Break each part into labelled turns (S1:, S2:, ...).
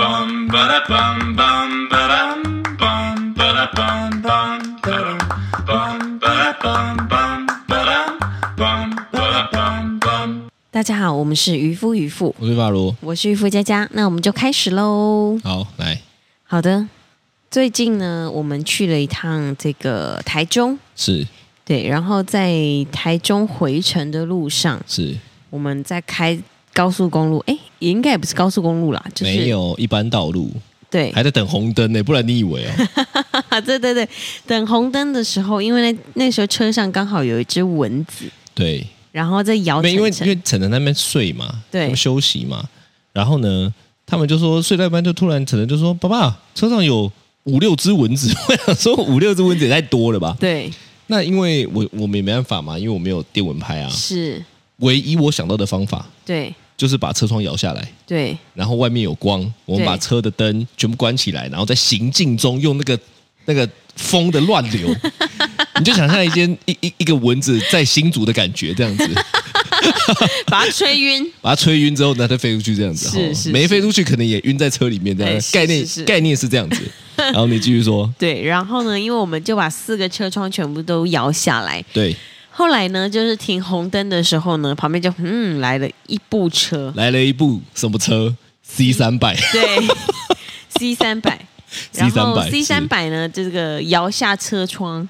S1: bum ba da bum bum ba dum bum ba da bum bum ba dum bum ba da bum bum ba dum bum ba da bum bum.
S2: 大家好，我们是渔夫渔妇，
S3: 我是法如，
S2: 我是渔夫佳佳，那我们就开始喽。
S3: 好来
S2: 好的，最近呢，我们去了一趟这个台中，
S3: 是
S2: 对，然后在台中回程的路上，
S3: 是、
S2: 我们在开高速公路，哎，也应该也不是高速公路啦，就是
S3: 没有一般道路，
S2: 对，
S3: 还在等红灯呢、不然你以为哦？
S2: 对对对，等红灯的时候，因为那那时候车上刚好有一只蚊子，
S3: 对，
S2: 然后在摇
S3: 没因为
S2: 哦晨
S3: 因
S2: 晨
S3: 为晨晨在那边睡嘛，
S2: 对
S3: 他们休息嘛，然后呢，他们就说睡到一半就突然晨晨就说：“爸爸，车上有五六只蚊子。” 我想说五六只蚊子也太多了吧？
S2: 对
S3: 那因为我我们也没办法嘛，因为我没有电蚊拍啊。
S2: 是，
S3: 唯一我想到的方法
S2: 对
S3: 就是把车窗摇下来，
S2: 对
S3: 然后外面有光，我们
S2: 对
S3: 把车的灯全部关起来，然后在行进中用那个那个风的乱 流，你就想象一间一一一个蚊子在新竹的感觉 这样子，
S2: 把它吹晕，
S3: 把它吹晕之后，那它飞出去这样子，
S2: 是
S3: 哦
S2: 是是
S3: 没飞出去可能也晕在车里面这
S2: 哎
S3: 样，
S2: 是
S3: 概念
S2: 是是
S3: 概念是这样子。然后你继续说，
S2: 对，然后呢，因为我们就把四个车窗全部都摇下来，
S3: 对，
S2: 后来呢，就是停红灯的时候呢，旁边就嗯来了一部车，
S3: 来了一部什么车？C 三百，
S2: 对 ，C 三百，然后
S3: C300
S2: C 三百呢，这个摇下车窗，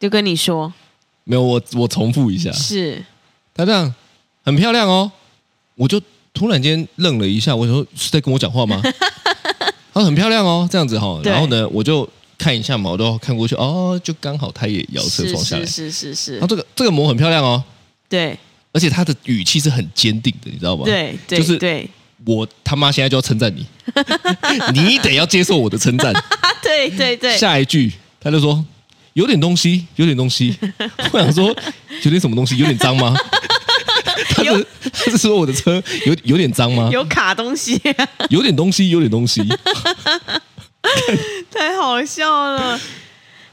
S2: 就跟你说
S3: 没有我我重复一下，
S2: 是
S3: 他这样很漂亮哦，我就突然间愣了一下，我说是在跟我讲 话吗？他说很漂亮哦，这样子哈、哦，
S2: 对
S3: 然后呢，我就看一下嘛，我都看过去，哦，就刚好他也摇车
S2: 是
S3: 窗下来啊
S2: 是，是是
S3: 然后
S2: 是，
S3: 这个这个膜很漂亮哦，
S2: 对
S3: 而且他的语气是很坚定的，你知道吗？，
S2: 对对，
S3: 就是
S2: 对
S3: 我他妈现在就要称 赞你，你得要接受我的称赞。
S2: 啊，对对对，
S3: 下一句他就说有点东西，有点东西，我想说有点什么东西，有点脏吗？他是他是说我的车有有点脏吗？
S2: 有卡东 西、
S3: 有点东西，有点东西。
S2: 太好笑了。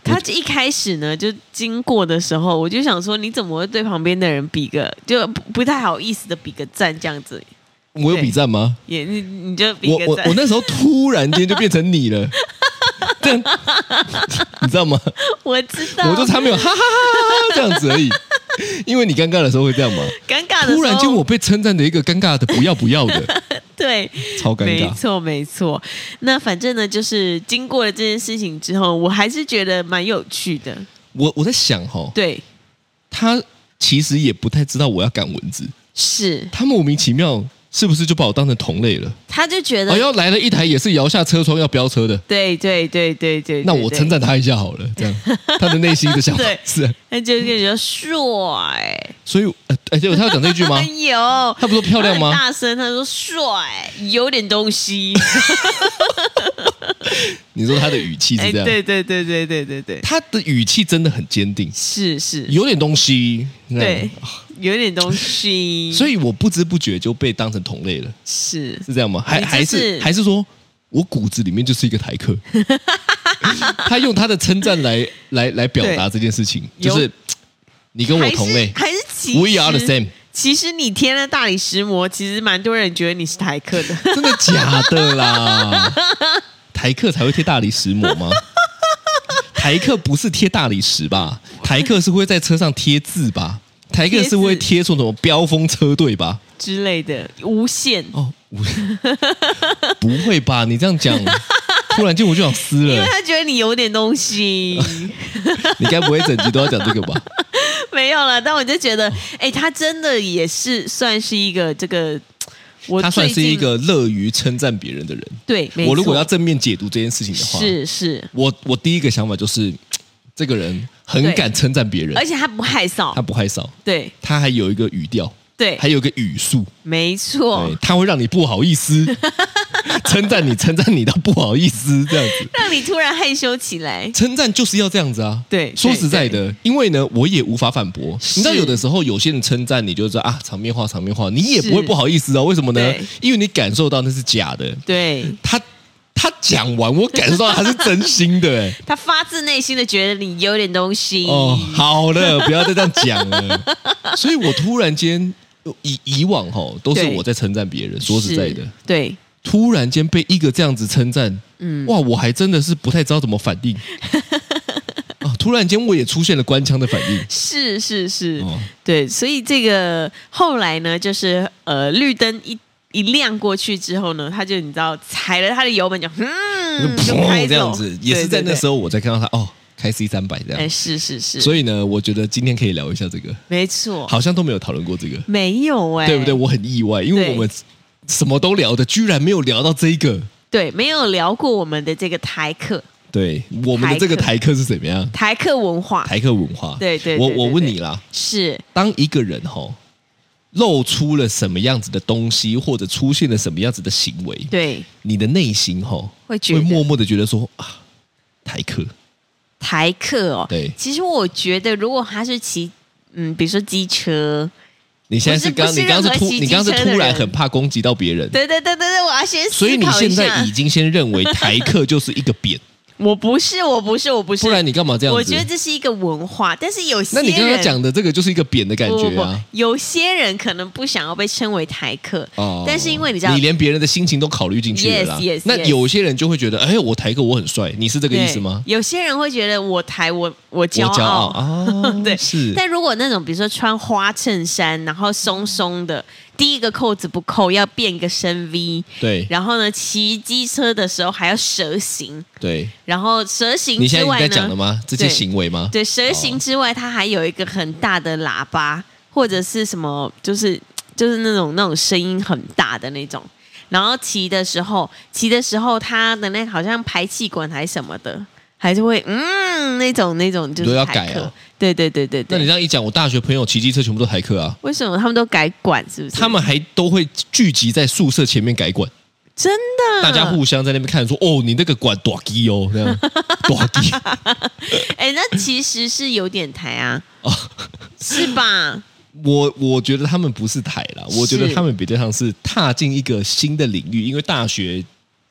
S2: 他一开始呢，就经过的时候，我就想说，你怎么会对旁边的人比个，就不不太好意思的比个赞这样子？
S3: 我有比赞吗？
S2: 也你你就比
S3: 我
S2: 个
S3: 我
S2: 赞，
S3: 我那时候突然间就变成你了，这样你知道吗？
S2: 我知道，
S3: 我就差没有哈哈哈哈这样子而已，因为你尴尬的时候会这样嘛。
S2: 尴尬的时候，
S3: 突然间我被称赞的一个尴尬的不要不要的，
S2: 对，
S3: 超尴
S2: 没
S3: 尬。
S2: 错没错。那反正呢，就是经过了这件事情之后，我还是觉得蛮有趣的。
S3: 我我在想哈、哦，
S2: 对，
S3: 他其实也不太知道我要赶蚊子，
S2: 是，
S3: 他莫名其妙是不是就把我当成同类了？
S2: 他就觉得，
S3: 哎呦，来了一台也是摇下车窗要飙车的，
S2: 对对对对对，
S3: 那
S2: 对
S3: 我
S2: 对
S3: 称赞他一下好了，这 样他的内心的想法
S2: 对
S3: 是啊，
S2: 他就跟你说帅，？
S3: 所以呃哎，对，他有讲这句吗
S2: 有，
S3: 他不说漂亮
S2: 他很
S3: 吗？
S2: 哎大声，他说帅，有点东西。
S3: 你说他的语气
S2: 哎，
S3: 是这样，
S2: 对对对对对对对，
S3: 他的语气真的很坚定，
S2: 是是，
S3: 有点东西，这样
S2: 对，有点东西。
S3: 所
S2: 以
S3: 以我不知不觉就被当成同类了，
S2: 是
S3: 是这样吗？还
S2: 你哎就是
S3: 还是还是说我骨子里面就是一个台客， 他用他的称赞来来来表达这件事情，
S2: 有
S3: 就是你跟我同类
S2: 还是还是其实
S3: ，We are the same。
S2: 其实你贴了大理石膜，其实蛮多人觉得你是台客的。
S3: 真的假的啦？台客才会贴大理石膜吗？台客不是贴大理石吧？台客是会在车上贴字吧？台客是会贴出什么标风车队吧？
S2: 之类的，无限。
S3: 哦，我 不会吧？你这样讲，突然间我就想撕
S2: 因为
S3: 了。
S2: 他觉得你有点东 西，
S3: 你该不会整集都要讲这个 吧？
S2: 没有了。但我就觉得，哎、他真的也是算是一个这个，我
S3: 他算
S2: 最
S3: 是一
S2: 近
S3: 个乐于称赞别人的人。
S2: 对，没
S3: 我如
S2: 错
S3: 果要正面解读这件事情的话，
S2: 是是，
S3: 我我第一个想法就是，这个人很敢称赞别人
S2: 而，且他不害臊
S3: 他，不害臊，
S2: 对
S3: 他还有一个语调。
S2: 对，哦
S3: 还有一个语速，
S2: 没错
S3: 对，，它会让你不好意思，称赞你，称赞你到不好意思这样子。
S2: 让你突然害羞起来。
S3: 称赞就是要这样子啊！
S2: 对
S3: 说实在的，因为呢，我也无法反驳。
S2: 是
S3: 你知道，有的时候有些人称赞你，就是说啊，场面话，场面话，你也不会
S2: 是
S3: 不好意思哦。为什么呢
S2: 对？
S3: 因为你感受到那是假的。
S2: 对
S3: 他他讲完，我感受到他是真心的、哎，
S2: 他发自内心的觉得你有点东西，
S3: 哦，好 了，不要再这样讲了。所以呃我突然间，以以往吼都是
S2: 对
S3: 我在称赞别人。说实在的，
S2: 嗯是，对
S3: 突然间被一个这样子称赞，
S2: 嗯
S3: 哇，我还真的是不太知道怎么反 应。啊，突然间我也出现了官腔的反应。
S2: 是是是，
S3: 哦，
S2: 对，所以这个后来呢，就是呃，绿灯一一亮过去之后呢，他就你知道踩了他的油门就嗯，就开
S3: 砰
S2: 走
S3: 这样子，也是在那时
S2: 候。
S3: 候我才看到他哦，开 C 三百这
S2: 哎，
S3: 样。
S2: 是是是，
S3: 所以呢，我觉得今天可以聊一下这个，
S2: 没错，
S3: 好像都没有讨论过这个，
S2: 没有哎、
S3: 对不对？？我很意外，因为
S2: 对
S3: 我们什么都聊的，居然没有聊到这一个。
S2: 对，没有聊过我们的这个台客
S3: 对，我们的这个
S2: 台
S3: 台客是怎么样？
S2: 台客文化，
S3: 台客文化。
S2: 对对对
S3: 我
S2: 对
S3: 我问
S2: 对
S3: 你啦，
S2: 是
S3: 当一个人吼、露出了什么样子的东西，或者出现了什么样子的行为，
S2: 对
S3: 你的内心吼、
S2: 会觉
S3: 会
S2: 得
S3: 默默的觉得说啊，台客
S2: 台客哦。
S3: 对
S2: 其实我觉得如果他是骑嗯，比如说机车，
S3: 你现在是
S2: 不是
S3: 刚，
S2: 不是
S3: 你刚刚是
S2: 任
S3: 突
S2: 何，骑
S3: 你刚刚
S2: 机
S3: 是
S2: 车的
S3: 突然
S2: 人
S3: 很怕攻击到别人，
S2: 对对对对对，我要先思考
S3: 所以你现
S2: 一
S3: 在
S2: 下
S3: 已经 先认为台客就是一个贬，
S2: 我不是我不是我不是，
S3: 不然你干嘛这样子？
S2: 我觉得这是一个文化，但是有些
S3: 那
S2: 人
S3: 你刚刚讲的这个就是一个贬的感
S2: 不不
S3: 觉
S2: 不
S3: 啊。，
S2: 有些人可能不想要被称为台客，
S3: 哦
S2: 但是因为你知道
S3: 你连别人的心情都考虑进去了啦。
S2: Yes, yes,
S3: 那
S2: yes
S3: 有些人就会觉得，哎，我台客我很帅，你是这个
S2: 对
S3: 意思吗？
S2: 有些人会觉得我台我我
S3: 我骄傲啊，
S2: 对
S3: 是。
S2: 但如果那种比如说穿花衬衫，然后松松的，第一个扣子不扣，要变一个深 V，
S3: 对
S2: 然后呢，骑机车的时候还要蛇形，
S3: 对，
S2: 然后蛇形
S3: 你现
S2: 之
S3: 在已经
S2: 外
S3: 在
S2: 呢，
S3: 讲了吗？哦这些
S2: 对
S3: 行为吗？
S2: 对，蛇形之外，它还有一个很大的喇叭，或者是什么，就是就是那种那种声音很大的那种。然后骑的时候，骑的时候，它的那好像排气管还是什么的，还是会嗯那种那种就
S3: 都
S2: 是
S3: 要
S2: 排
S3: 改
S2: 客
S3: 哦
S2: 对对对对
S3: 那你
S2: 对
S3: 这。样一讲，我大学朋友骑机车全部都台客啊，
S2: 为什么他们都改管？是不是？
S3: 他们还都会聚集在宿舍前面改管，
S2: 真的
S3: 大家互相在那边看说，哦，你那个管短机哦，这样 短机
S2: 哎，那其实是有点台啊，
S3: 哦。
S2: 是吧？
S3: 我我觉得他们不是台啦，我觉得
S2: 是
S3: 他们比较像是踏进一个新的领域，因为大学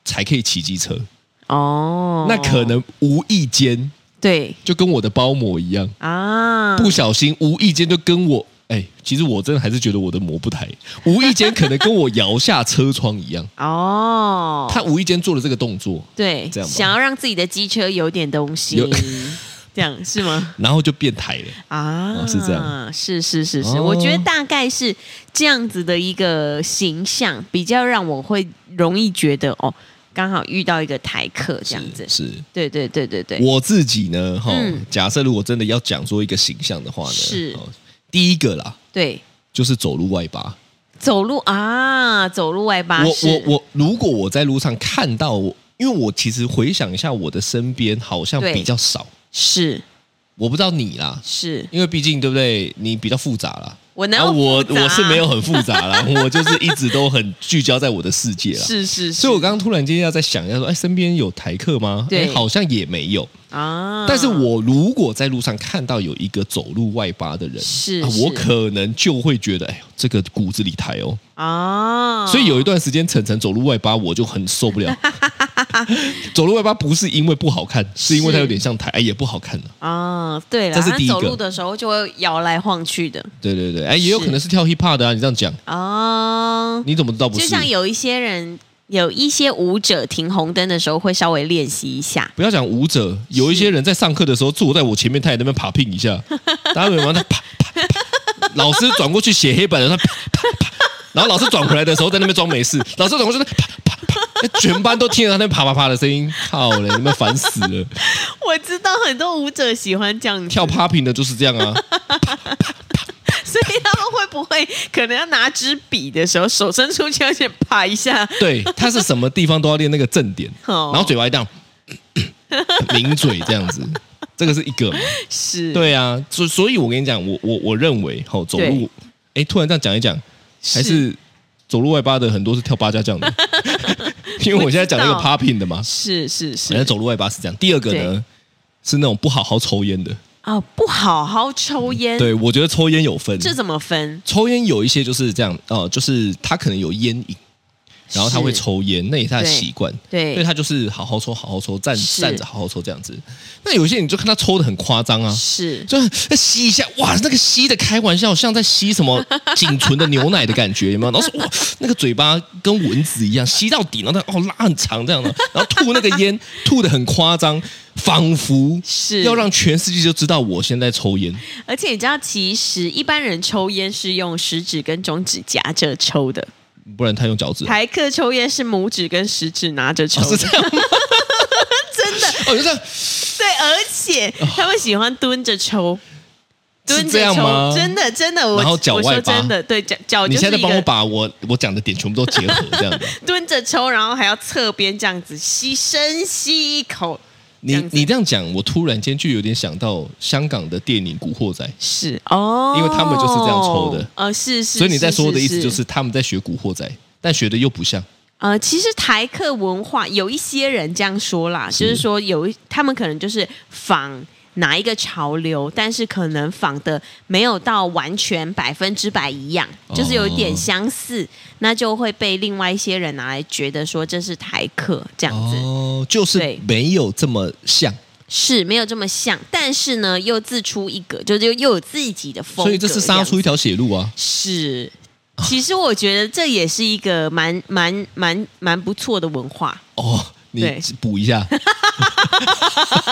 S3: 才可以骑机车，
S2: 哦，
S3: 那可能无意间
S2: 对
S3: 就跟我的包膜一样，
S2: 啊，
S3: 不小心无意间就跟我，哎、其实我真的还是觉得我的膜不抬，无意间可能跟我摇下车窗一样，
S2: 哦，
S3: 他无意间做了这个动作，
S2: 对
S3: 这样，吧
S2: 想要让自己的机车有点东西
S3: 有，
S2: 这样是吗？
S3: 然后就变台了。
S2: 啊，
S3: 哦是这样，
S2: 是是是是，
S3: 哦
S2: 我觉得大概是这样子的一个形象，比较让我会容易觉得哦，刚好遇到一个台客 这样子，
S3: 是
S2: 对对对对对，
S3: 我自己呢，哈、
S2: 嗯
S3: 假设如果真的要讲说一个形象的话呢，
S2: 是
S3: 齁第一个啦，
S2: 对，
S3: 就是走路外八。
S2: 走路啊，走路外八
S3: 我
S2: 是
S3: 我我，如果我在路上看到我，因为我其实回想一下，我的身边好像
S2: 对
S3: 比较少，
S2: 是
S3: 我不知道你啦，
S2: 是，
S3: 因为毕竟对不对，你比较复杂啦。
S2: 我哪
S3: 啊
S2: 有
S3: 我
S2: 复杂
S3: 我是没有很复杂啦， 我就是一直都很聚焦在我的世界啦。
S2: 是是，
S3: 所以我刚刚突然间要在想一下说，哎，身边有台客吗？
S2: 对
S3: 哎好像也没有。
S2: 刚啊，
S3: 但是我如果在路上看到有一个走路外八的人，
S2: 是
S3: 啊
S2: 是
S3: 我可能就会觉得，哎呦，这个骨子里抬哦。
S2: 啊，
S3: 所以有一段时间，晨晨走路外八，我就很受不了。 走路外八不是因为不好看，是因为它有点像抬，哎，也不好看呢、
S2: 啊，对了，
S3: 这是
S2: 他
S3: 第一
S2: 走
S3: 个
S2: 路的时候就会摇来晃去的
S3: 对对对，哎，也有
S2: 是
S3: 可能是跳 hip hop 的啊。你这样讲，
S2: 啊，
S3: 你怎么知道不？
S2: 就是像有一些人，有一些舞者停红灯的时候会稍微练习一下，
S3: 不要讲舞者，有一些人在上课的时候坐在我前面，他也在那边爬拼一下，大家有没有？他啪啪啪，老师转过去写黑板的时候，他啪啪啪，然后老师转回来的时候在那边装没事，老师转过去啪啪啪，全班都听着他那啪啪啪的声音，靠嘞，你们烦死了！
S2: 我知道很多舞者喜欢这样子
S3: 跳 popping 的就是这样啊，
S2: 所以他们会不会可能要拿支笔的时候手伸出去要先啪一下？
S3: 对，他是什么地方都要练那个正点，
S2: 哦
S3: 然后嘴巴一这样，抿嘴这样子，这个是一个嘛。
S2: 是，，
S3: 对啊，所所以，我跟你讲，我我我认为，吼、走路
S2: 对，
S3: 哎，突然这样讲一讲，还是走路外八的很多是跳八家将的， 因为我现在讲那个
S2: 我知
S3: popping 的嘛，
S2: 是是是
S3: 反正走路外八是这样。第二个呢
S2: 对，
S3: 是那种不好好抽烟的，
S2: 哦，不好好抽烟，
S3: 对我觉得抽烟有分，
S2: 这怎么分？
S3: 呃抽烟有一些就是这样，哦、就是他可能有烟瘾，然后他会
S2: 是
S3: 抽烟，那也是他的习惯。所以
S2: 对，
S3: 他就是好好抽，好好抽，站
S2: 是
S3: 站着好好抽这样子。那有些你就看他抽的很夸张啊，
S2: 是
S3: 就吸一下，哇，那个吸的开玩笑，像在吸什么仅存的牛奶的感觉，有没有？然后说哇，那个嘴巴跟蚊子一样吸到底，然后它哦拉很长这样的，然后吐那个 烟，吐的很夸张，仿佛
S2: 是
S3: 要让全世界就知道我现在抽烟。
S2: 而且你知道，其实一般人抽烟是用食指跟中指夹着抽的，
S3: 不然他用脚趾啊，
S2: 台客抽烟是拇指跟食指拿着抽
S3: 哦、是
S2: 的。
S3: 这样吗？
S2: 真的
S3: 哦，就这样，
S2: 对，而且他们喜欢蹲着抽。
S3: 是
S2: 蹲
S3: 这
S2: 着
S3: 样吗
S2: 抽，真的真的，我
S3: 然后脚
S2: 我
S3: 外
S2: 说
S3: 八
S2: 真的，对脚脚
S3: 你
S2: 就是
S3: 现在
S2: 一
S3: 帮我
S2: 个
S3: 把我我讲的点全部都结合这样 子。
S2: 蹲着抽，然后还要侧边这样子吸，深吸一口，
S3: 你
S2: 这样子
S3: 你这样讲，我突然间就有点想到香港的电影《古惑仔》。
S2: 是哦，
S3: 因为他们就是这样抽的
S2: 呃，是是，
S3: 所以你在说的意思就是是他们在学《古惑仔》，但学的又不像。
S2: 呃，其实台客文化有一些人这样说啦，就是说有一他们可能就是仿哪一个潮流，但是可能仿的没有到完全百分之百一样，
S3: 哦
S2: 就是有一点相似，那就会被另外一些人拿来觉得说这是台客这样子，
S3: 哦，就是
S2: 对
S3: 没有这么像，
S2: 是没有这么像，但是呢又自出一格，就是又又有自己的风格
S3: 所
S2: 样
S3: 以
S2: 子，
S3: 这是杀出一条血路啊！
S2: 是。其实我觉得这也是一个蛮蛮蛮蛮不错的文化，
S3: 哦，你
S2: 对
S3: 补一 下。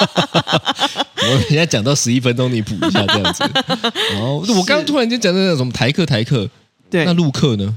S3: 我现在讲到十一分钟，你补一下这样子。哦，我刚刚突然间讲到那种什么台客台客，
S2: 对
S3: 那陆 客呢？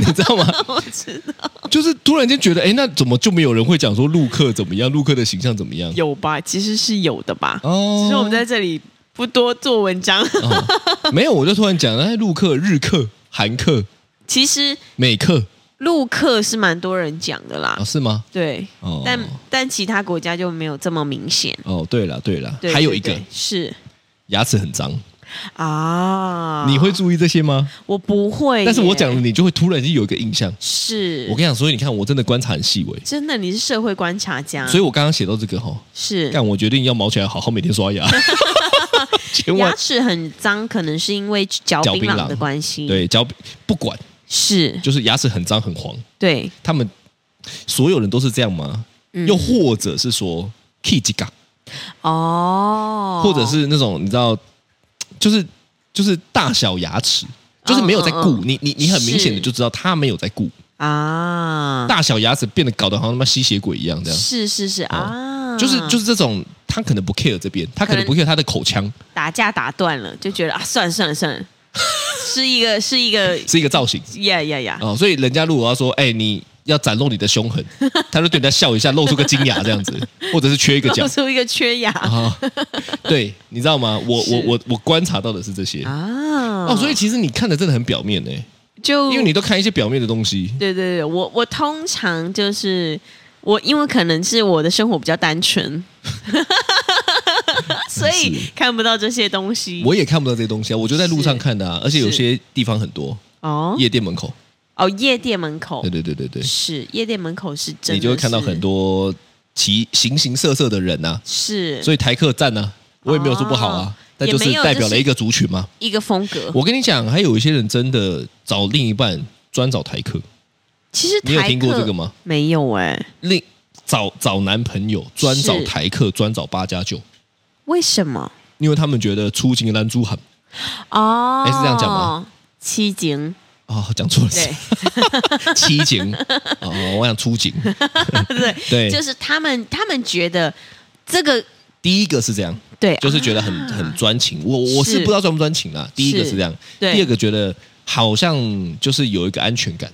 S3: 你知道吗？
S2: 我知道
S3: 就是突然间觉得，哎，那怎么就没有人会讲说陆客怎么样，陆客的形象怎么样？
S2: 有吧，其实是有的吧。
S3: 哦，
S2: 只是我们在这里不多做文章。
S3: 哦没有，我就突然讲，哎，陆客、日客、韩客、
S2: 其实
S3: 美客
S2: 陆客是蛮多人讲的啦
S3: 啊、，是吗？
S2: 对，
S3: 哦，
S2: 但但其他国家就没有这么明显。
S3: 哦，对了对了，
S2: 对
S3: 还有
S2: 对
S3: 一个
S2: 对是
S3: 牙齿很脏，
S2: 啊，
S3: 你会注意这些吗？
S2: 我不会耶，
S3: 但是我讲了，你就会突然间有一个印象。
S2: 是
S3: 我跟你讲，所以你看，我真的观察很细微。
S2: 真的，你是社会观察家，
S3: 所以我刚刚写到这个哈，
S2: 是
S3: 但我决定要毛起来，好好每天 刷牙，千
S2: 牙
S3: 万
S2: 齿很脏，可能是因为嚼
S3: 嚼
S2: 槟
S3: 槟
S2: 榔
S3: 榔
S2: 的关系。，
S3: 对脚不管，
S2: 是，
S3: 就是牙齿很脏很黄。
S2: 对，
S3: 他们所有人都是这样吗？
S2: 嗯
S3: 又或者是说 k i j i g a
S2: 哦，
S3: 或者是那种你知道，就是就是大小牙齿，就是没有在顾、
S2: 嗯嗯
S3: 你，你你很明显的
S2: 是
S3: 就知道他没有在顾，
S2: 啊，
S3: 大小牙齿变得搞得好像他妈吸血鬼一样这样，
S2: 是是是啊，
S3: 哦就是就是这种他可能不 care 这边，他可能
S2: 可能
S3: 不 care 他的口腔
S2: 打架打断了，就觉得啊，算了算了 算了，是一个是一个
S3: 是一个造型
S2: 呀呀呀，
S3: 哦，所以人家如果要说，哎、你。要展露你的 凶狠，他就对人家笑一下，露出个金牙这样子，或者是缺一个角
S2: 露出一个缺牙
S3: 啊、对，你知道吗？我我我我观察到的是这些
S2: 啊
S3: 哦，所以其实你看的真的很表面呢、欸
S2: 就
S3: 因为你都看一些表面的东西。
S2: 对对对，我我通常就是我，因为可能是我的生活比较单 纯，所以
S3: 是
S2: 看不到这些东西。
S3: 我也看不到这些东西啊，我就在路上看的啊，而且有
S2: 是
S3: 些地方很多，
S2: 哦
S3: 夜店门口，
S2: 哦，夜店门口
S3: 对对对对对，
S2: 是夜店门口是真的，
S3: 你就会看到很多奇形形色色的人呐、
S2: 是，
S3: 所以台客站呢、我也没有说不好
S2: 哦
S3: 啊，但就是代表了一个族群嘛。
S2: 以一个风格。
S3: 我跟你讲，还有一些人真的找另一半专找台客，
S2: 其实
S3: 你有
S2: 台
S3: 听过
S2: 客
S3: 这个吗？
S2: 没有哎、
S3: 另找找男朋友专找
S2: 是
S3: 台客，专找八加九，
S2: 为什么？
S3: 因为他们觉得出境拦珠很
S2: 哦，
S3: 诶是这样讲吗？
S2: 七景，
S3: 啊，讲错了，
S2: 对
S3: 七景 哦，我想出境，
S2: 对，
S3: 对，
S2: 就是他们他们觉得这个
S3: 第一个是这样，
S2: 对，
S3: 就是觉得很、
S2: 啊
S3: 很专情。我我是
S2: 是
S3: 不知道专不专情啦。第一个是这样，
S2: 对
S3: 第二个觉得好像就是有一个安全感，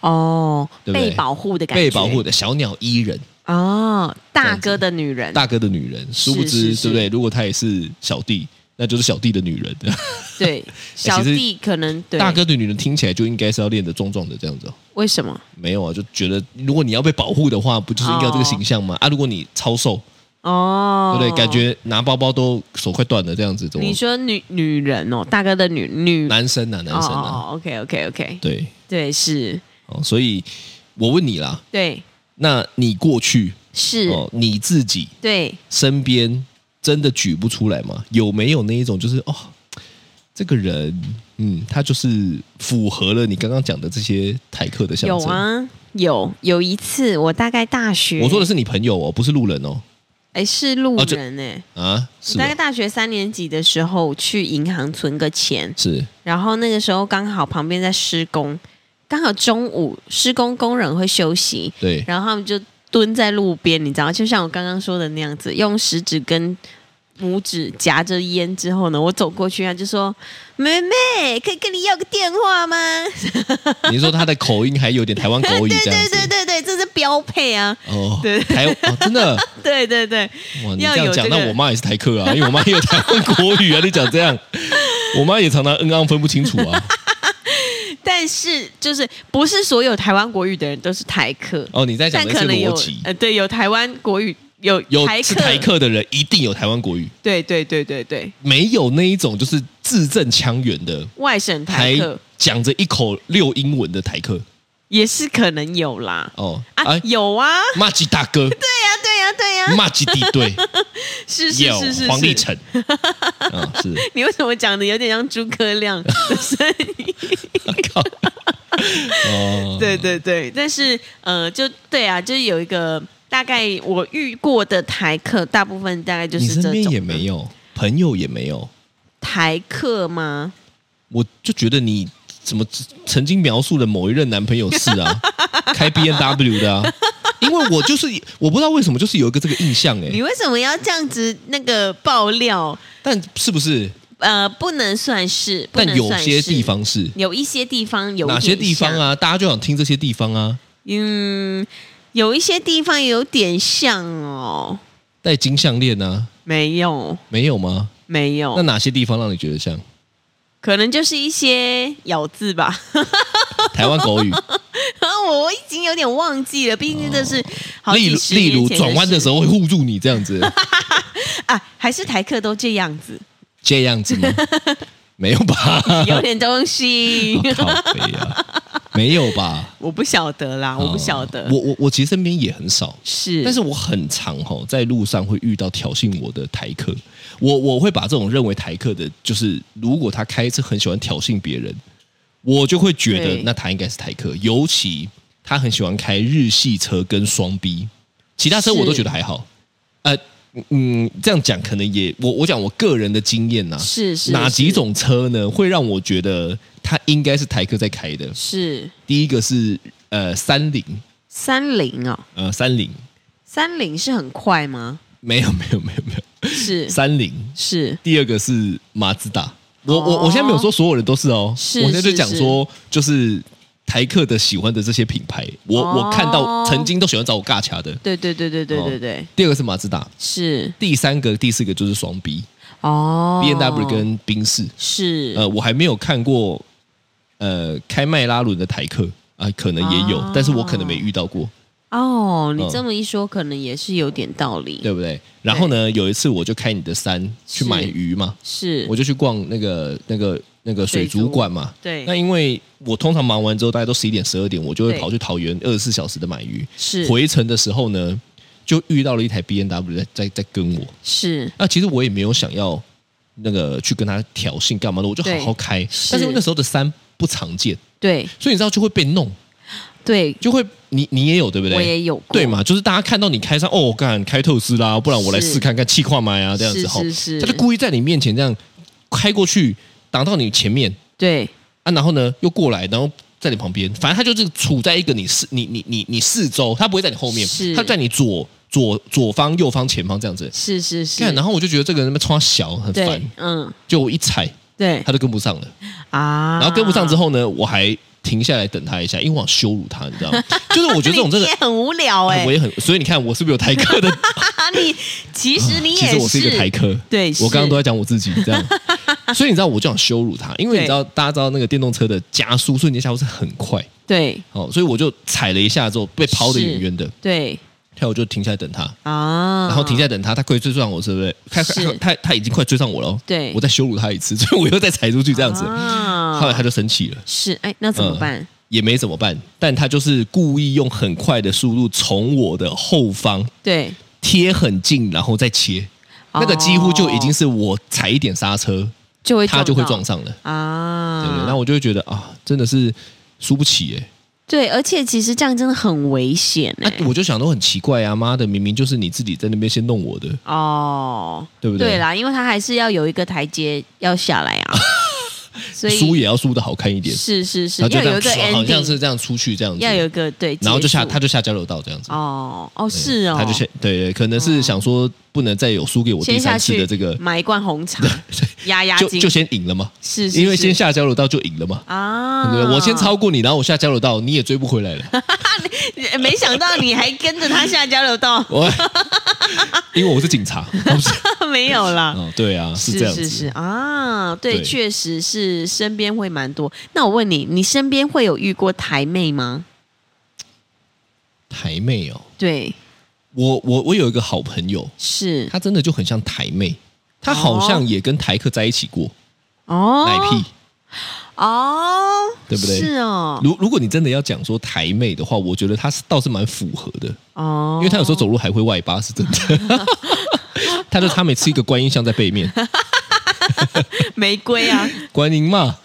S2: 哦，
S3: 对不对
S2: 被保护的感觉，
S3: 被保护的小鸟依人，
S2: 哦，大哥的女人，
S3: 大哥的女人。殊不知，
S2: 是是
S3: 对不对？如果她也是小弟，那就是小弟的女人。
S2: 对，小
S3: 其实
S2: 弟可能对
S3: 大哥的女人听起来就应该是要练得壮壮的这样子、哦。
S2: 为什么？
S3: 没有啊，就觉得如果你要被保护的话，不就是应该有这个形象吗？啊，如果你超瘦，
S2: 哦
S3: 对，不对？感觉拿包包都手快断了这样子，怎么
S2: 你？说女女人哦，大哥的女女
S3: 男生啊，男生啊，
S2: 哦，OK OK OK，
S3: 对
S2: 对是，
S3: 哦，所以我问你啦，
S2: 对
S3: 那你过去
S2: 是，
S3: 哦，你自己
S2: 对
S3: 身边真的举不出来吗？有没有那一种就是哦，这个人，嗯，他就是符合了你刚刚讲的这些台客的象
S2: 有
S3: 征。
S2: 啊，有有一次我大概大学，
S3: 我说的是你朋友哦，不是路人哦。
S2: 哎是路
S3: 哦就
S2: 人哎、
S3: 啊，是
S2: 我大概
S3: 吗
S2: 大学三年级的时候去银行存个钱，
S3: 是
S2: 然后那个时候刚好旁边在施工，刚好中午施工工人会休息，
S3: 对，
S2: 然后他们就蹲在路边，你知道，就像我刚刚说的那样子，用食指跟拇指夹着烟之后呢，我走过去，他就说：“妹妹，可以跟你要个电话吗
S3: 你说他的口音还有点台湾？”
S2: 对
S3: 口语这样
S2: 对
S3: 子。
S2: 对对对，这是标配啊！
S3: 哦，
S2: 对
S3: 台哦，真的
S2: 对对对，
S3: 哇！你
S2: 要
S3: 这样
S2: 有
S3: 讲，
S2: 这个
S3: 那我妈也是台客啊，因为我妈也有台湾国语啊。你讲这样，我妈也常常嗯嗯分不清楚啊。
S2: 但是就是不是所有台湾国语的人都是台客，
S3: 哦，你在讲
S2: 但
S3: 的
S2: 可
S3: 是
S2: 能
S3: 逻
S2: 有
S3: 辑，
S2: 呃，对，有台湾国语，有
S3: 有
S2: 台
S3: 是
S2: 客，
S3: 台客的人一定有台湾国语，
S2: 对对对对对，
S3: 没有那一种就是字正腔圆的
S2: 外省台
S3: 台
S2: 客
S3: 讲着一口六英文的台客
S2: 也是可能有啦。
S3: 哦。
S2: 啊
S3: 哎，，
S2: 有啊，
S3: 骂吉大哥，
S2: 对呀、对呀、对呀、
S3: 骂吉地队，
S2: 是是
S3: 有
S2: 是是
S3: 黄立
S2: 是。
S3: 成， 啊是。
S2: 你为什么讲的有点像诸葛 亮的声音？
S3: 靠！哦，
S2: 对对对，但是呃，就对啊，就有一个大概我遇过的台客，大部分大概就
S3: 你
S2: 是
S3: 身
S2: 这
S3: 边
S2: 种
S3: 也没有，朋友也没有，
S2: 台客吗？
S3: 我就觉得你怎么曾经描述的某一任男朋友是 啊，开 B N W 的啊，因为我就是我不知道为什么就是有一个这个印象哎、
S2: 你为什么要这样子那个爆料？
S3: 但是不是？
S2: 呃，不能算是，不
S3: 但
S2: 能
S3: 有
S2: 算
S3: 些
S2: 是
S3: 地方是。
S2: 有一些地方有
S3: 哪些地方
S2: 点像？
S3: 啊？大家就想听这些地方啊，
S2: 嗯，有一些地方有点像哦，
S3: 戴金项链啊，
S2: 没有
S3: 没有吗？
S2: 没有，
S3: 那哪些地方让你觉得像
S2: 可能就是一些咬字吧。 啊
S3: 台湾狗语？
S2: 我已经有点忘记了，毕竟这是 好几
S3: 例如，
S2: 十
S3: 哦例如
S2: 年前
S3: 转弯的时
S2: 候
S3: 候会护住你这样子，
S2: 啊，还是台客都这样子，
S3: 这样子吗？没有 吧？
S2: 有点东 西，
S3: 哦靠北啊，没有吧？
S2: 我不晓得啦，我不晓得
S3: 哦，我我我其实身边也很少，
S2: 是，
S3: 但是我很常哈、在路上会遇到挑衅我的台客，我我会把这种认为台客的，就是如果他开车很喜欢挑衅别人，我就会觉得
S2: 对
S3: 那他应该是台客，尤其他很喜欢开日系车跟双 B，其他车我都觉得还好，呃。嗯，这样讲可能也我我讲我个人的经验呐、
S2: 是是
S3: 哪几
S2: 是
S3: 种车呢会让我觉得他应该是台客在开的？
S2: 是
S3: 第一个是呃三菱，
S2: 三零哦，
S3: 呃三菱
S2: 三零是很快吗？
S3: 没有没有没有没有
S2: 是
S3: 三菱。
S2: 是
S3: 第二个是马自达，我我、
S2: 哦
S3: 我现在没有说所有人都是哦，
S2: 是
S3: 我现在就是讲说就是台客的喜欢的这些品牌，我、
S2: 哦
S3: 我看到曾经都喜欢找我尬掐的。
S2: 对对对对对
S3: 哦
S2: 对对，
S3: 第二个是马自达，
S2: 是
S3: 第三个第四个就是双 B、
S2: 哦
S3: B N W 跟宾士。
S2: 是
S3: 呃，我还没有看过呃开迈拉伦的台客啊、可能也有，
S2: 哦
S3: 但是我可能没遇到过。
S2: 哦，你
S3: 嗯
S2: 这么一说，可能也是有点道理，
S3: 对不对？然后呢，有一次我就开你的山去买鱼嘛，
S2: 是
S3: 我就去逛那个那个那个水族馆嘛。
S2: 对
S3: 那因为我通常忙完之后，大家都十一点、十二点，我就会
S2: 对
S3: 跑去桃园二十四小时的买鱼。
S2: 是
S3: 回程的时候呢，就遇到了一台 B N W 在在在跟我。
S2: 是
S3: 那其实我也没有想要那个去跟他挑衅干嘛的，我就好好开。
S2: 是
S3: 但是因为那时候的山不常见，
S2: 对
S3: 所以你知道就会被弄，
S2: 对，
S3: 就会你你也有对不对？
S2: 我也有过，
S3: 对嘛，就是大家看到你开上哦，干开特斯拉，不然我来
S2: 是
S3: 试看看气化麦啊，这样子
S2: 是
S3: 哈，
S2: 是是
S3: 他就故意在你面前这样开过去，挡到你前面
S2: 对
S3: 啊，然后呢又过来，然后在你旁边，反正他就是处在一个你四你你你你四周，他不会在你后面
S2: 是，
S3: 他在你左左左方、右方、前方这样子。
S2: 是是是，
S3: 看，然后我就觉得这个人他妈穿小很烦
S2: 对，，嗯，
S3: 就我一踩
S2: 对
S3: 他就跟不上了，
S2: 啊，
S3: 然后跟不上之，后呢，我还停下来等他一下，因为我想羞辱他，你 知道吗？就是我觉得这种真的
S2: 也。很无聊哎、
S3: 我也很，所以你看，我是不是有台客的
S2: 啊， 你其实 你也
S3: 啊其
S2: 是，
S3: 实我是一个台客，
S2: 对
S3: 我刚刚
S2: 是
S3: 都在讲我自己 这样，所以你知道我就想羞辱他，因为你知道大家知道那个电动车的加速瞬间加速是很快，
S2: 对
S3: 哦，所以我就踩了一下之后被抛得远远的，
S2: 对
S3: 然后我就停下来等他，
S2: 啊，
S3: 然后停下来等他，他快追上我是不是？他他
S2: 是
S3: 他他已经快追上我了哦，
S2: 对
S3: 我再羞辱他一次，所以我又再踩出去这样子，
S2: 啊
S3: 后来他嗯就生气了。
S2: 是哎，那怎么办？
S3: 也没怎么办，但他就是故意用很快的速度从我的后方
S2: 对，哦
S3: 贴很近，然后再切，那个几乎就已经是我踩一点刹车，
S2: 就会
S3: 他就
S2: 到
S3: 会撞上了，
S2: 啊。
S3: 对不对？那我就会觉得啊，真的是输不起哎、
S2: 对，而且其实这样真的很危险哎、
S3: 那、啊我就想都很奇怪啊，妈的，明明就是你自己在那边先弄我的，
S2: 哦，
S3: 对不
S2: 对？啦，因为他还是要有一个台阶要下来 啊，所以
S3: 输也要输的好看一点，
S2: 是是是
S3: 然后就
S2: 要
S3: 这
S2: 有
S3: 样
S2: 一个
S3: 唰好像
S2: ending，
S3: 是这样出去这样子，
S2: 要有一个对，
S3: 然后就下
S2: 结束
S3: 他就下交流道这样子。
S2: 哦哦
S3: 对
S2: 是哦，
S3: 他就先对对，可能是想说不能再有输给我第
S2: 先
S3: 三
S2: 下
S3: 次
S2: 去
S3: 的这个，
S2: 买一罐红 茶压压
S3: 就
S2: 惊，
S3: 就先赢了嘛，
S2: 是是
S3: 因为
S2: 是
S3: 先下交流道就赢了嘛，对
S2: 啊，
S3: 不对？我先超过你，然后我下交流道，你也追不回来了。
S2: 没想到你还跟着他下交流道，
S3: 我因为我是警察，哦不是
S2: 没有啦。
S3: 哦，对啊，是这样
S2: 是是
S3: 子。
S2: 啊，对，
S3: 对
S2: 确实是身边会蛮多。那我问你，你身边会有遇过台妹吗？
S3: 台妹哦，
S2: 对，
S3: 我我我有一个好朋友，
S2: 是
S3: 她真的就很像台妹，她好像也跟台客在一起过，
S2: 哦，
S3: 奶屁。
S2: 哦，
S3: 对不对
S2: 是哦，
S3: 如如果你真的要讲说台妹的话，我觉得她是倒是蛮符合的，
S2: 哦，
S3: 因为她有时候走路还会外八，是真的。她就她每次一个观音像在 背面，
S2: 玫瑰啊，
S3: 观音嘛，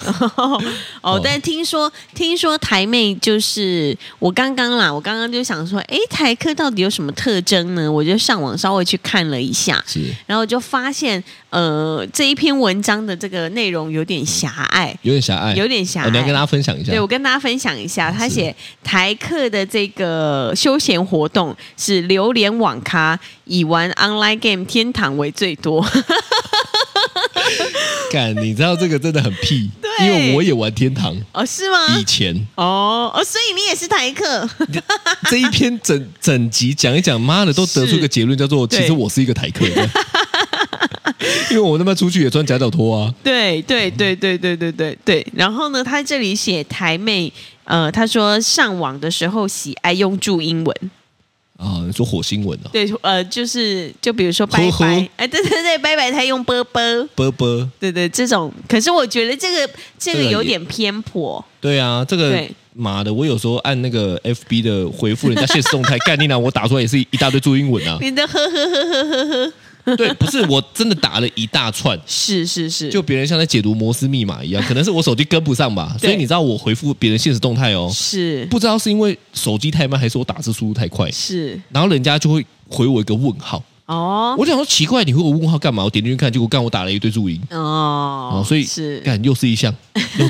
S2: 哦，但听说听说台妹就是我刚刚啦，我刚刚就想说，诶，台客到底有什么特征呢？我就上网稍微去看了一下，
S3: 是
S2: 然后就发现，呃，这一篇文章的这个内容有点狭隘，
S3: 有点狭隘，
S2: 有点狭隘
S3: 哦你要跟大家分享一下
S2: 对，我跟大家分享一下，他写台客的这个休闲活动是流连网咖，以玩 online game 天堂为最多。
S3: 干，你知道这个真的很屁，
S2: 对
S3: 因为我也玩天堂，
S2: 哦，是吗？
S3: 以前
S2: 哦哦，所以你也是台客
S3: 这一篇整整集讲一讲，妈的，都得出一个结论，叫做其
S2: 对
S3: 实我是一个台客， 因为我他妈出去也穿夹脚拖啊，
S2: 对对对对对对对对。然后呢，他这里写台妹，呃，他说上网的时候喜爱用注英文，
S3: 啊，你说火星文啊，
S2: 对，呃，就是就比如说拜
S3: 呵呵
S2: 拜，哎，对对对，拜拜，他用啵啵，
S3: 波波，
S2: 对对，这种。可是我觉得这个这
S3: 这
S2: 个
S3: 个也
S2: 有点偏颇，
S3: 对啊，这个
S2: 对
S3: 妈的，我有时候按那个 FB 的回复人家现实动态， 干你娘，我打出来也是一大堆注英文啊，
S2: 你的呵呵呵呵呵呵，
S3: 对，不是我真的打了一大串。
S2: 是是是，
S3: 就别人像在解读摩斯密码一样，可能是我手机跟不上吧，所
S2: 对
S3: 以你知道我回复别人现实动态哦，
S2: 是
S3: 不知道是因为手机太慢，还是我打字速度太快，
S2: 是
S3: 然后人家就会回我一个问号。
S2: 哦
S3: 我就想说奇怪，你回我问号干嘛？我点进去看，结果干我打了一堆注音。
S2: 哦
S3: 哦，所以
S2: 是
S3: 干又是一项 又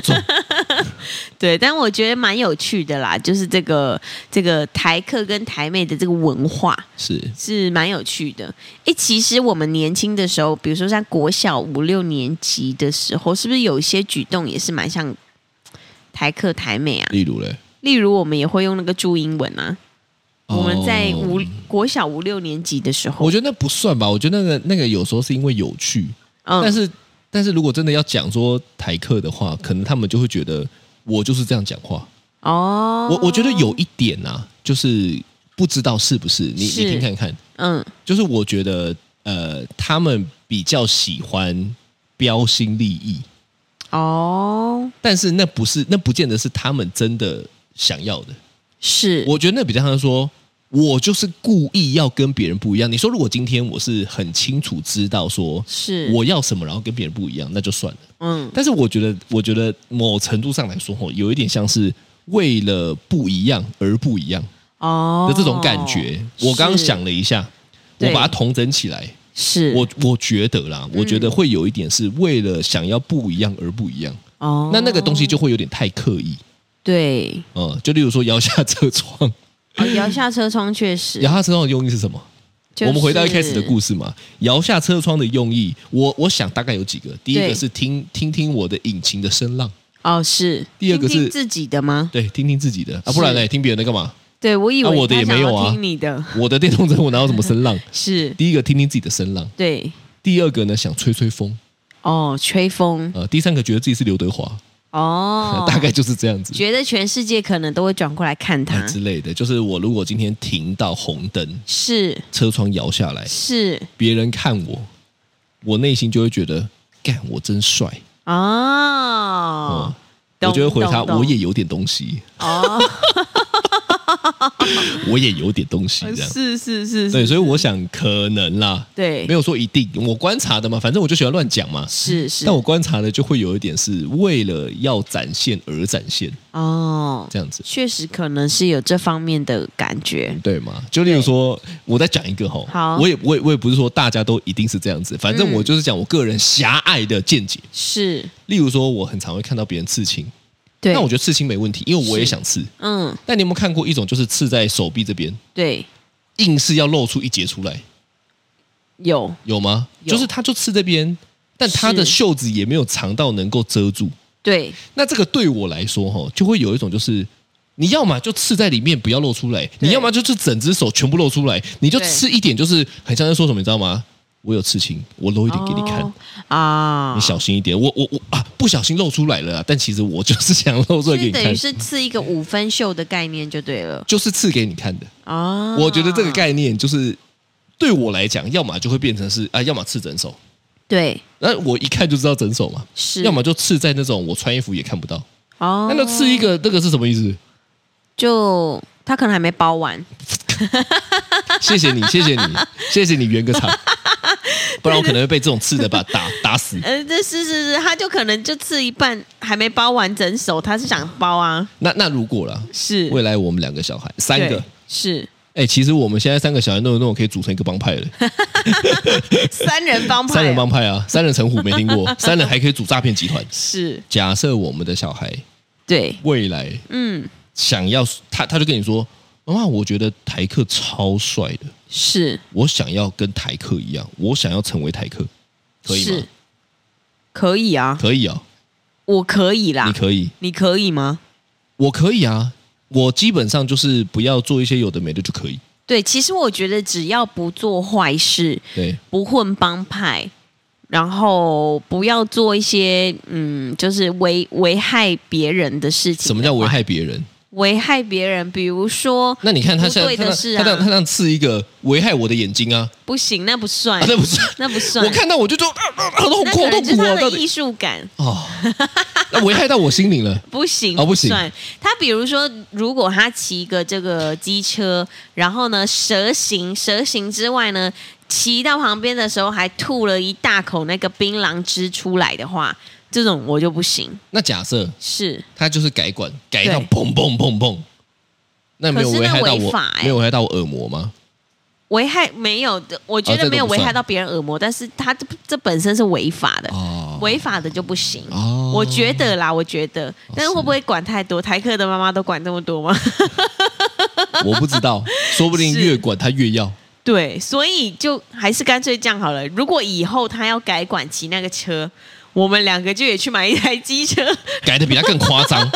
S3: 中，
S2: 对，但我觉得蛮有趣的啦，就是这个这个台客跟台妹的这个文化
S3: 是
S2: 是蛮有趣的。诶，其实我们年轻的时候，比如说像国小五六年级的时候，是不是有一些举动也是蛮像台客台妹啊？
S3: 例如嘞，
S2: 例如，我们也会用那个注英文啊。我们在
S3: 哦
S2: 五、国小五六年级的时候，
S3: 我觉得那不算吧，我觉得那个那个有时候是因为有趣，
S2: 嗯
S3: 但是但是如果真的要讲说台客的话，可能他们就会觉得我就是这样讲话。
S2: 哦，
S3: 我我觉得有一点啊，就是不知道是不是你
S2: 是
S3: 你听看看，
S2: 嗯
S3: 就是我觉得呃，他们比较喜欢标新立异，
S2: 哦
S3: 但是那不是那不见得是他们真的想要的。
S2: 是
S3: 我觉得那比较像是说，我就是故意要跟别人不一样。你说，如果今天我是很清楚知道说
S2: 是
S3: 我要什么，然后跟别人不一样，那就算了。
S2: 嗯
S3: 但是我觉得，我觉得某程度上来说，吼，有一点像是为了不一样而不一样
S2: 哦
S3: 的这种感觉。我刚刚
S2: 是
S3: 想了一下，我
S2: 对
S3: 把它统整起来，
S2: 是嗯
S3: 我我觉得啦，我觉得会有一点是为了想要不一样而不一样，
S2: 哦
S3: 那那个东西就会有点太刻意。
S2: 对，
S3: 呃，就例如说摇下车窗，
S2: 哦摇下车窗确实，
S3: 摇下车窗的用意是什么？
S2: 就是
S3: 我们回到一开始的故事嘛，摇下车窗的用意，我我想大概有几个。第一
S2: 对
S3: 个是听听听我的引擎的声浪，
S2: 哦是，
S3: 第二个是
S2: 听听自己的吗？
S3: 对，听听自己的啊，不然呢，听别人的干嘛？
S2: 对我以为
S3: 啊我的
S2: 他
S3: 也
S2: 想
S3: 没有
S2: 要
S3: 啊
S2: 听你的
S3: 我的电动车我哪有什么 声浪？
S2: 是
S3: 第一个听听自己的声浪，
S2: 对
S3: 第二个呢想吹吹风，
S2: 哦吹风
S3: 呃，第三个觉得自己是刘德华，，
S2: 哦
S3: 大概就是这样子。
S2: 觉得全世界可能都会转过来看
S3: 啊
S2: 他，
S3: 之类的，就是我如果今天停到红灯，
S2: 是
S3: 车窗摇下来，
S2: 是
S3: 别人看我，我内心就会觉得，干我真帅
S2: 哦
S3: 嗯，我就会回
S2: 懂
S3: 他，
S2: 懂懂
S3: 我也有点东西。
S2: 哦，
S3: 我也有点东西 这样。
S2: 是是是，
S3: 对，
S2: 是
S3: 所以我想可能啦，
S2: 对
S3: 没有说一定，我观察的嘛，反正我就喜欢乱讲嘛。
S2: 是是
S3: 但我观察的就会有一点是为了要展现而展现
S2: 哦，
S3: 这样子，
S2: 确实可能是有这方面的感觉。
S3: 对吗？就例如说，我再讲一个吼，
S2: 好嗯
S3: 我也我也我也不是说大家都一定是这样子，反正我就是讲我个人狭隘的见解。
S2: 是，
S3: 例如说，我很常会看到别人刺青，
S2: 对，
S3: 那我觉得刺青没问题，因为我也想刺。
S2: 嗯，
S3: 但你有没有看过一种就是刺在手臂这边，
S2: 对，
S3: 硬是要露出一截出来，
S2: 有，
S3: 有吗？
S2: 有
S3: 就是他就刺这边，但他的
S2: 是
S3: 袖子也没有长到能够遮住。
S2: 对，
S3: 那这个对我来说，哈，就会有一种就是，你要么就刺在里面不要露出来，你要么就是整只手全部露出来，你就
S2: 对
S3: 刺一点，就是很像在说什么，你知道吗？我有刺青，我露一点给你看，
S2: 哦啊，
S3: 你小心一点。我我我啊，不小心露出来了啊，但其实我就是想露出
S2: 所
S3: 来给
S2: 以
S3: 你
S2: 等于
S3: 看，
S2: 是刺一个五分袖的概念就对了
S3: 就是刺给你看的。
S2: 啊。
S3: 我觉得这个概念就是对我来讲，要么就会变成是啊，要么刺整手，
S2: 对
S3: 那我一看就知道整手嘛。
S2: 是，
S3: 要么就刺在那种我穿衣服也看不到，
S2: 哦，
S3: 那就刺一个，那个是什么意思？
S2: 就他可能还没包完，
S3: 谢谢你，谢谢 你，谢谢你圆个场，不然我可能会被这种刺的把打 打死。
S2: 呃，这是是是，他就可能就刺一半还没包完整手，他是想包啊，
S3: 那那如果啦，
S2: 是
S3: 未来我们两个小孩三个
S2: 对，是
S3: 哎、其实我们现在三个小孩都有那种可以组成一个 帮派的，
S2: 啊三人帮派啊，
S3: 三人帮派 啊，三人成虎没听过，三人还可以组诈骗集团。
S2: 是
S3: 假设我们的小孩
S2: 对，
S3: 未来
S2: 嗯，
S3: 想要他，他就跟你说：“妈妈，我觉得台客超帅的，
S2: 是
S3: 我想要跟台客一样，我想要成为台客，可以吗
S2: 是？可以啊，
S3: 可以啊，
S2: 我可以啦
S3: 你，可以，
S2: 你可以吗？
S3: 我可以啊，我基本上就是不要做一些有的没的就可以。
S2: 对，其实我觉得只要不做坏事，
S3: 对，
S2: 不混帮派，然后不要做一些嗯，就是危危害别人的事情。
S3: 什么叫危？害别人？
S2: 危害别人，比如说，
S3: 那你看他
S2: 不
S3: 现在
S2: 对
S3: 他
S2: 的
S3: 让
S2: 事
S3: 他让他
S2: 啊，
S3: 让刺一个危害我的眼睛啊，
S2: 不行，那不算
S3: 啊，那不是。
S2: 那不算，
S3: 我看到我就就啊啊啊，好
S2: 哎
S3: 痛
S2: 那
S3: 苦，
S2: 可
S3: 好
S2: 能
S3: 痛
S2: 就是
S3: 苦
S2: 他
S3: 啊！到
S2: 的艺
S3: 底
S2: 术感。
S3: 哦，那危害到我心灵了。
S2: 不行，
S3: 哦不行
S2: 算。他比如说，如果他骑一个这个机车，然后呢蛇行，蛇行之外呢，骑到旁边的时候还吐了一大口那个槟榔汁出来的话，这种我就不行。
S3: 那假设
S2: 是
S3: 他就是改管，改到
S2: 对
S3: 砰砰砰砰，那没有
S2: 可是
S3: 危
S2: 那
S3: 害到
S2: 违
S3: 我
S2: 法，欸
S3: 没有危害到我耳膜吗？
S2: 危害没有的，我觉
S3: 哦这
S2: 得
S3: 个
S2: 没有
S3: 不
S2: 危
S3: 算
S2: 害到别人耳膜，但是他这这本身是违法的，
S3: 哦，
S2: 违法的就不行。
S3: 哦
S2: 我觉得啦，我觉得，但是
S3: 是
S2: 会不会管太多？台客的妈妈都管这么多吗？
S3: 我不知 道，说不定
S2: 是
S3: 越管他越要。
S2: 对，所以就还是干脆这样好了。如果以后他要改管骑那个车，我们两个就也去买一台机车。
S3: 改的比他更夸张。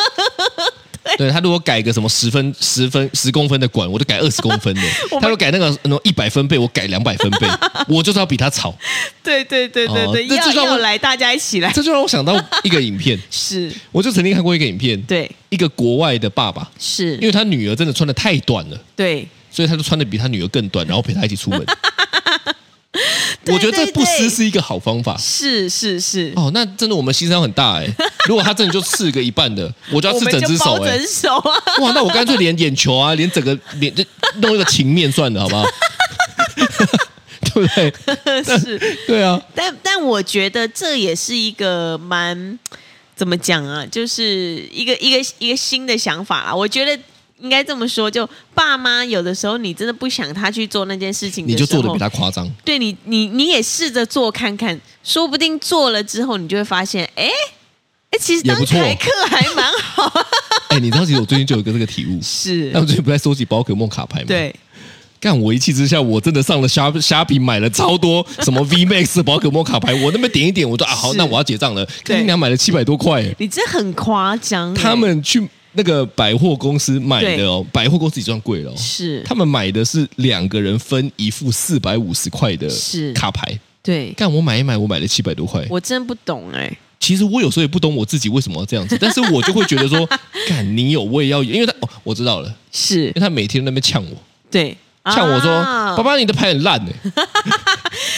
S3: 对他如果改个什么十分、十分、十公分的管，我就改二十公分的；
S2: 我们
S3: 他如果改那个那种一百分贝，我改两百分 贝，我就是要比他吵。
S2: 对对对对
S3: 哦
S2: 对，
S3: 这
S2: 要
S3: 就让我
S2: 要来，大家一起来。
S3: 这就让我想到一个影 片，
S2: 是，
S3: 我就曾经看过一个影片，
S2: 对，
S3: 一个国外的爸爸，因
S2: 是，
S3: 为他女儿真的穿的太短了，
S2: 对，
S3: 所以他就穿的比他女儿更短，然后陪她一起出门。
S2: 对
S3: 我觉得 这
S2: 对
S3: 不失
S2: 对
S3: 是一个好方法。
S2: 是是是，
S3: 哦，那真的我们牺牲很大哎、如果他真的就刺个一半的，我就 要
S2: 我
S3: 刺
S2: 们
S3: 整
S2: 就
S3: 只手
S2: 包
S3: 哎、
S2: 整手啊。
S3: 哇，那我干脆连眼球啊，连整个连就弄一个情面算了，好不 好？对不对？
S2: 是，
S3: 对啊，
S2: 但但我觉得这也是一个蛮怎么讲啊，就是一个一个一个新的想法啦。我觉得。应该这么说，就爸妈有的时候你真的不想他去做那件事情的
S3: 你
S2: 时候，
S3: 就做的比他夸张。
S2: 对你，你你也试着做看看，说不定做了之后，你就会发现，哎哎，其实
S3: 也
S2: 当
S3: 不错
S2: 台客还蛮 好，
S3: 哎、你知道，其实我最近就有一个这个体悟，
S2: 是
S3: 那我最近不在收集宝可梦卡牌吗？，
S2: 对，
S3: 干我一气之下，我真的上了虾虾皮买了超多什么 V Max 宝可梦卡牌，我那边点一点，我说啊好，
S2: 是
S3: 那我要结账了。
S2: 对
S3: 看你俩买了七百多块、哎
S2: 你这很夸张欸、
S3: 他们去那个百货公司买的哦，百货公司已经算贵了、哦，
S2: 是
S3: 他们买的是两个人分一副四百五十块的
S2: 是
S3: 卡牌。
S2: 对
S3: 干我买一买，我买了七百多块。
S2: 我真不懂哎、
S3: 其实我有时候也不懂我自己为什么要这样子，但是我就会觉得 说，干你有我也要有，因为他、哦、我知道了，
S2: 是
S3: 因为他每天在那边呛我，
S2: 对，
S3: 呛我说，
S2: 啊
S3: 爸爸你的牌很烂 哎、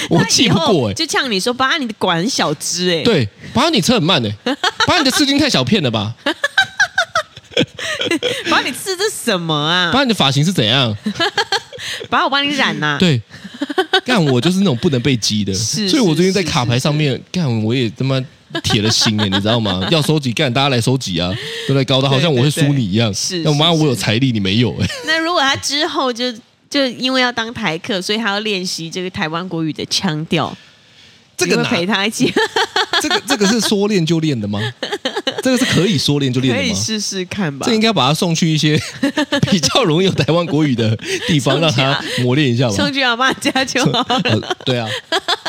S3: 我
S2: 那
S3: 气
S2: 以
S3: 不
S2: 后
S3: 过哎、
S2: 就呛你说，爸，你的管很小只哎、
S3: 欸 对，爸爸你车很慢哎、爸爸你的刺青太小片了吧，
S2: 把你吃这什么啊？
S3: 不然你的发型是怎样？
S2: 把我帮你染啊呐、
S3: 对，干我就是那种不能被激的，
S2: 是
S3: 所以我最近在
S2: 是
S3: 卡牌上面干我也他妈铁了心 哎、你知道吗？要收集干大家来收集啊，对不对？搞得好像我会输你一样，
S2: 对对对是
S3: 要妈
S2: 是是
S3: 我有财力你没有哎、
S2: 那如果他之后就就因为要当台客，所以他要练习这个台湾国语的腔调，
S3: 这个
S2: 你会
S3: 哪
S2: 陪他一起，
S3: 这个这个是说练就练 的吗？这个是可以说练就练
S2: 可
S3: 的
S2: 以
S3: 吗？
S2: 试试看吧
S3: 这。应该把他送去 一些比较容易有台湾国语的地方，
S2: 送
S3: 让
S2: 去啊
S3: 他磨练一下吧
S2: 送。去阿爸家就 好。
S3: 呃，对啊，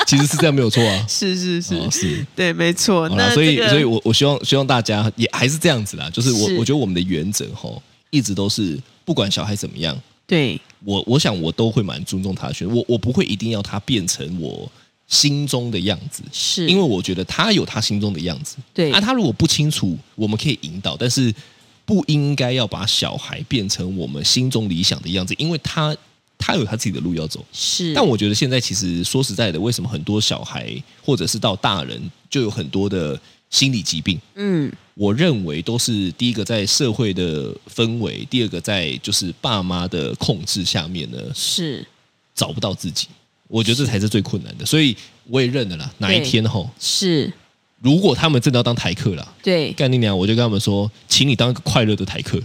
S3: 其实是这样没有错啊。
S2: 是是是，
S3: 哦是
S2: 对，没错。
S3: 好啦
S2: 那
S3: 所以
S2: 这个
S3: 所以我我希望希望大家也还是这样子啦，就是我
S2: 是
S3: 我觉得我们的原则吼，一直都是不管小孩怎么样，
S2: 对
S3: 我我想我都会蛮尊重他的选择，我我不会一定要他变成我心中的样子，
S2: 是
S3: 因为我觉得他有他心中的样子。
S2: 对
S3: 啊，他如果不清楚，我们可以引导，但是不应该要把小孩变成我们心中理想的样子，因为他他有他自己的路要走。
S2: 是，
S3: 但我觉得现在其实说实在的，为什么很多小孩或者是到大人就有很多的心理疾病？
S2: 嗯
S3: 我认为都是第一个在社会的氛围，第二个在就是爸妈的控制下面呢，
S2: 是
S3: 找不到自己。我觉得这才是最困难的，所以我也认了啦。哪一
S2: 对
S3: 天吼，
S2: 是，
S3: 如果他们真的要当台客啦，
S2: 对
S3: 干你娘！我就跟他们说，请你当一个快乐的 台客。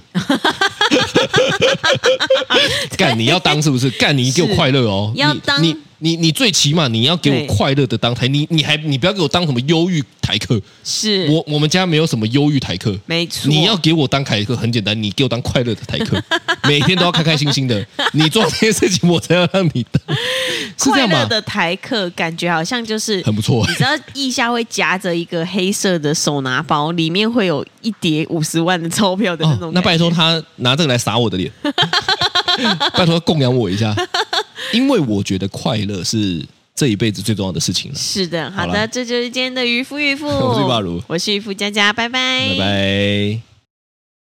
S3: 干你要当是不是？干你给我快乐哦！
S2: 要
S3: 你
S2: 当
S3: 你你你最起码你要给
S2: 对
S3: 我快乐的当台，你你还你不要给我当什么忧郁台客。
S2: 是，
S3: 我我们家没有什么忧郁台客，
S2: 没错。
S3: 你要给我当台客很简单，你给我当快乐的台 客，每天都要开开心心的。你做这些事情，我才要让你当，是这
S2: 快
S3: 样
S2: 乐
S3: 吧？
S2: 的台客，感觉好像就是
S3: 很不错
S2: 你知道腋下会夹着一个黑色的手拿包，里面会有一叠五十万的钞票的那种、
S3: 哦。那拜托，他拿这个来撒我的脸，拜托他供养我一下，因为我觉得快乐是这一辈子最重要的事情 了。
S2: 是的，好
S3: 好
S2: 的，
S3: 啦
S2: 这就是今天的渔夫渔夫，
S3: 我是巴如
S2: 哎我是渔夫佳佳，拜拜，
S3: 拜拜。